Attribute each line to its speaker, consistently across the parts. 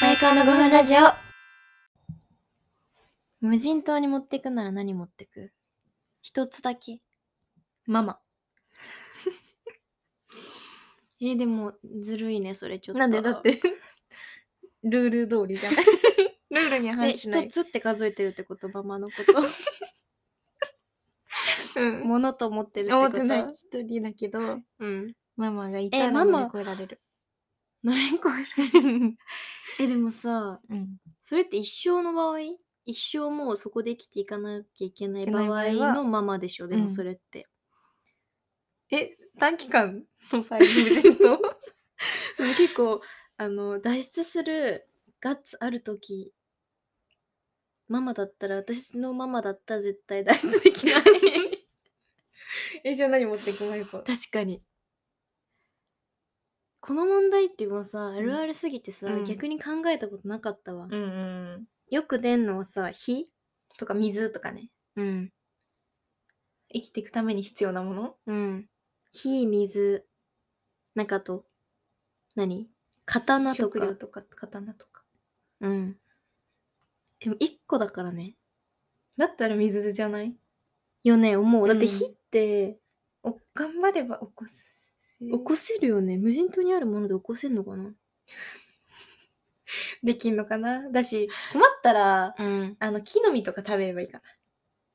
Speaker 1: 間の5分ラジオ。
Speaker 2: 無人島に持ってくなら何持ってく一つだけ。ママ。 えーでも、ずるいね、それちょっと。
Speaker 1: なんでだっ。て ルール通りじゃん。 ルールに
Speaker 2: え、
Speaker 1: 反しな
Speaker 2: 一
Speaker 1: い。
Speaker 2: つって数えてるってこと、ママのこと。
Speaker 1: うん。
Speaker 2: ものと思ってるってこと。
Speaker 1: 思ってない一人だけど、
Speaker 2: うん。
Speaker 1: ママがい
Speaker 2: え
Speaker 1: たら
Speaker 2: ママ
Speaker 1: 乗り越えられる。
Speaker 2: 乗り越えられる。え、でもさ、
Speaker 1: うん。
Speaker 2: それって一生の場合一生もうそこで生きていかなきゃいけない
Speaker 1: いけない場
Speaker 2: 場
Speaker 1: 合
Speaker 2: 合
Speaker 1: は
Speaker 2: のママでしょ、で
Speaker 1: う
Speaker 2: も
Speaker 1: ん
Speaker 2: それって。
Speaker 1: え、短期間のファイ ブジと
Speaker 2: でも結構あの脱出するガッツある時ママだったら私のママだったら絶対脱出できない
Speaker 1: え、じゃあ何持ってくマイコ。
Speaker 2: 確かにこの問題っていうのはさあ
Speaker 1: ん
Speaker 2: るあるすぎてさ、
Speaker 1: うん
Speaker 2: 逆に考えたことなかったわ、
Speaker 1: うんうん。
Speaker 2: よく出んのはさ火
Speaker 1: とか水とかね。
Speaker 2: うん
Speaker 1: 生きていくために必要なもの
Speaker 2: うん火水なんかあと何刀と
Speaker 1: 食料
Speaker 2: か
Speaker 1: とか刀とか。
Speaker 2: うんでも1個だからね
Speaker 1: だったら水じゃない
Speaker 2: よね思うだって
Speaker 1: うん
Speaker 2: 火って、
Speaker 1: お頑張れば起こす。
Speaker 2: 起こせるよね無人島にあるもので起こせるのかな
Speaker 1: できんのかなだし、困ったら、
Speaker 2: うん
Speaker 1: あの、木の実とか食べればいいか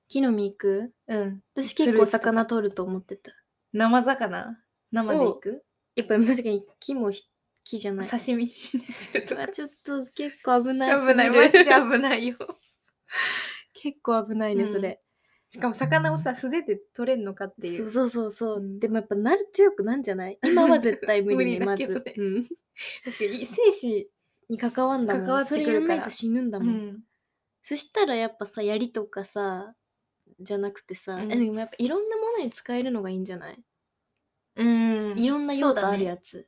Speaker 2: 木の実行く
Speaker 1: な。うん。
Speaker 2: 私結
Speaker 1: フルー
Speaker 2: 構
Speaker 1: ツとか
Speaker 2: 魚取ると思ってた
Speaker 1: 生魚生でいく
Speaker 2: やっぱり確かに木もひ木じゃない
Speaker 1: 刺身にするとか
Speaker 2: あ。ちょっと結構危ない
Speaker 1: 危ない、マジで危ないよ。
Speaker 2: 結構危ないね、
Speaker 1: うん
Speaker 2: それ
Speaker 1: しかも魚をさ、素手で取れんのかってい
Speaker 2: そう
Speaker 1: う。
Speaker 2: そうそうそう、でもやっぱなる強くなんじゃない今は絶対無理ね
Speaker 1: 無理だ
Speaker 2: ま
Speaker 1: け
Speaker 2: ず、
Speaker 1: どね
Speaker 2: うん、
Speaker 1: 確かに、生死、
Speaker 2: に関わんだもん
Speaker 1: 関わって
Speaker 2: そ
Speaker 1: く
Speaker 2: れ
Speaker 1: るから
Speaker 2: やんないと死ぬんだ
Speaker 1: う
Speaker 2: もん、
Speaker 1: ん、
Speaker 2: そしたらやっぱさ槍とかさじゃなくてさ、
Speaker 1: うん
Speaker 2: えでもやっぱいろんなものに使えるのがいいんじゃない、
Speaker 1: うん
Speaker 2: いろんな用途あるやつ、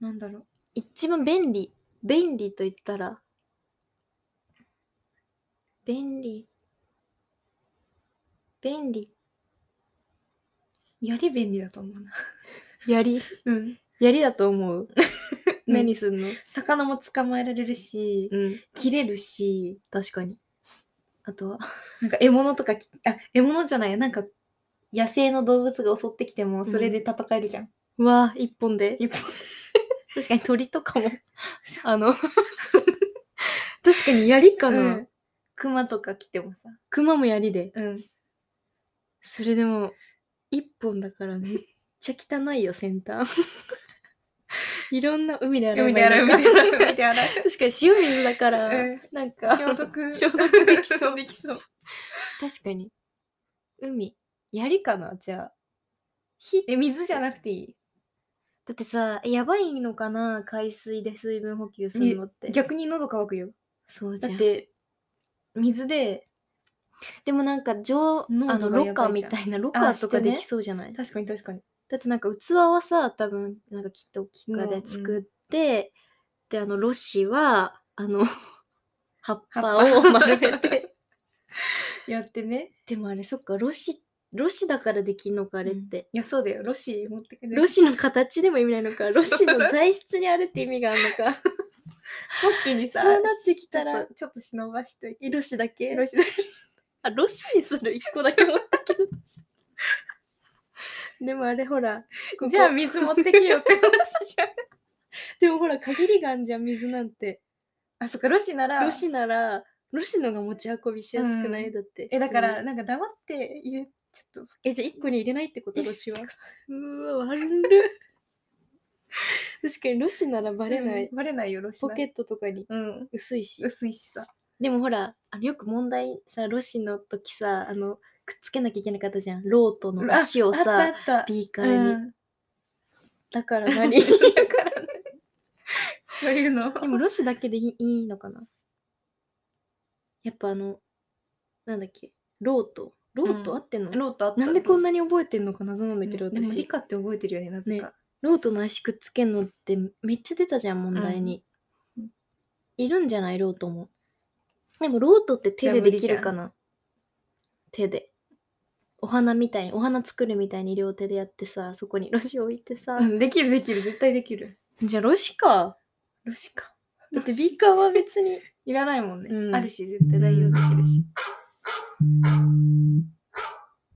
Speaker 1: なんだろう。
Speaker 2: 一番便利便利と言ったら便利便利
Speaker 1: やり便利だと思うな。
Speaker 2: 槍
Speaker 1: うん。
Speaker 2: 槍だと思う何すんの
Speaker 1: 魚も捕まえられるし、
Speaker 2: うん
Speaker 1: 切れるし、
Speaker 2: 確かにあとは
Speaker 1: なんか獲物とかき、あ、獲物じゃないや、なんか、野生の動物が襲ってきても、それで戦えるじゃん。
Speaker 2: うわ一本で
Speaker 1: 一本
Speaker 2: 確かに鳥とかもあの 確かに槍かな、
Speaker 1: うん熊とか来てもさ。
Speaker 2: 熊も槍で
Speaker 1: うん。
Speaker 2: それでも一本だから めっちゃ汚いよ先 端いろんな海で洗えばいいの
Speaker 1: 海で洗う、
Speaker 2: か
Speaker 1: 海で洗う、海で洗う。
Speaker 2: 確かに塩水だから、
Speaker 1: うん
Speaker 2: なんか
Speaker 1: 消毒
Speaker 2: 消毒できそう
Speaker 1: う できそう
Speaker 2: 確かに海槍かなじゃあ火だ
Speaker 1: え水じゃなくていい
Speaker 2: ってさえやばいのかな海水で水分補給するのって
Speaker 1: 逆に喉乾くよ
Speaker 2: そうじ
Speaker 1: だ
Speaker 2: ゃ
Speaker 1: っ
Speaker 2: ん
Speaker 1: て水で
Speaker 2: でもなんか上あ
Speaker 1: 濃
Speaker 2: の
Speaker 1: 度が
Speaker 2: ロ
Speaker 1: や
Speaker 2: ッ
Speaker 1: ば
Speaker 2: カー
Speaker 1: い
Speaker 2: み
Speaker 1: じゃん
Speaker 2: たいなロッカーと
Speaker 1: して
Speaker 2: か
Speaker 1: ね
Speaker 2: できそうじゃない、
Speaker 1: 確かに確かに
Speaker 2: だってなんか器はさ多分なんかきっときか
Speaker 1: う
Speaker 2: で
Speaker 1: ん
Speaker 2: 作って、であのロシはあの 葉っぱ
Speaker 1: 葉っ
Speaker 2: を
Speaker 1: ぱ
Speaker 2: 丸めて
Speaker 1: やってね
Speaker 2: でもあれそっかロシロシだからできんのかあ
Speaker 1: あ
Speaker 2: れって、
Speaker 1: いやそうだよロシ持ってくね
Speaker 2: ロシの形でも意味ないの か、ロシの材質にあるって意味があるの か。
Speaker 1: ポッキーにさ
Speaker 2: そうなってきたら
Speaker 1: ちょっとちょっと忍ばしといて
Speaker 2: ロシだけ
Speaker 1: ロシだ
Speaker 2: あ、ロシにする一個だけ持ってきました。でもあれほら、ここ
Speaker 1: じゃあ水持ってけよって話じゃん
Speaker 2: でもほら、限りがあんじゃん、水なんて。
Speaker 1: あそっかロシなら
Speaker 2: ロシなら、ロシのが持ち運びしやすくない、
Speaker 1: うん
Speaker 2: だって。
Speaker 1: えだか
Speaker 2: 普通
Speaker 1: ら
Speaker 2: に、
Speaker 1: なんか黙って入れちょっと
Speaker 2: え、じゃあ一個に入れないってこと、
Speaker 1: 入れ
Speaker 2: ロシは。うわ、悪る。確かにロシならバ
Speaker 1: バ
Speaker 2: レない。
Speaker 1: バレないよロシ
Speaker 2: ポ
Speaker 1: な
Speaker 2: ケットとかに
Speaker 1: うん
Speaker 2: 薄いし。
Speaker 1: 薄いしさ
Speaker 2: でもほらあのよく問題さロシの時さあのくっつけなきゃいけなかったじゃんロートの足を
Speaker 1: あ
Speaker 2: さ
Speaker 1: ったあった
Speaker 2: ビーカーに、
Speaker 1: うん
Speaker 2: だから 何で
Speaker 1: だからね そういうの
Speaker 2: もロシだけでいいいいのかなやっぱあのなんだっけロートロー
Speaker 1: う
Speaker 2: ト
Speaker 1: ん
Speaker 2: 合ってんの、
Speaker 1: ロートあった
Speaker 2: なんでこんなに覚えてんのか謎なんだけど、
Speaker 1: でも
Speaker 2: 私
Speaker 1: 理科って覚えてるよねなぜか、
Speaker 2: ロートの足くっつけんのってめっちゃ出たじゃん問題に、
Speaker 1: うん
Speaker 2: いるんじゃないロートもでもロートって手でできるかな手でお花みたいにお花作るみたいに両手でやってさそこ にロシ置いてさ、
Speaker 1: うんできるできる絶対できる
Speaker 2: じゃあロシか
Speaker 1: ロシか
Speaker 2: だってビーカーは別にいらないもんね。
Speaker 1: うん
Speaker 2: あるし、絶
Speaker 1: 絶対代用できるし。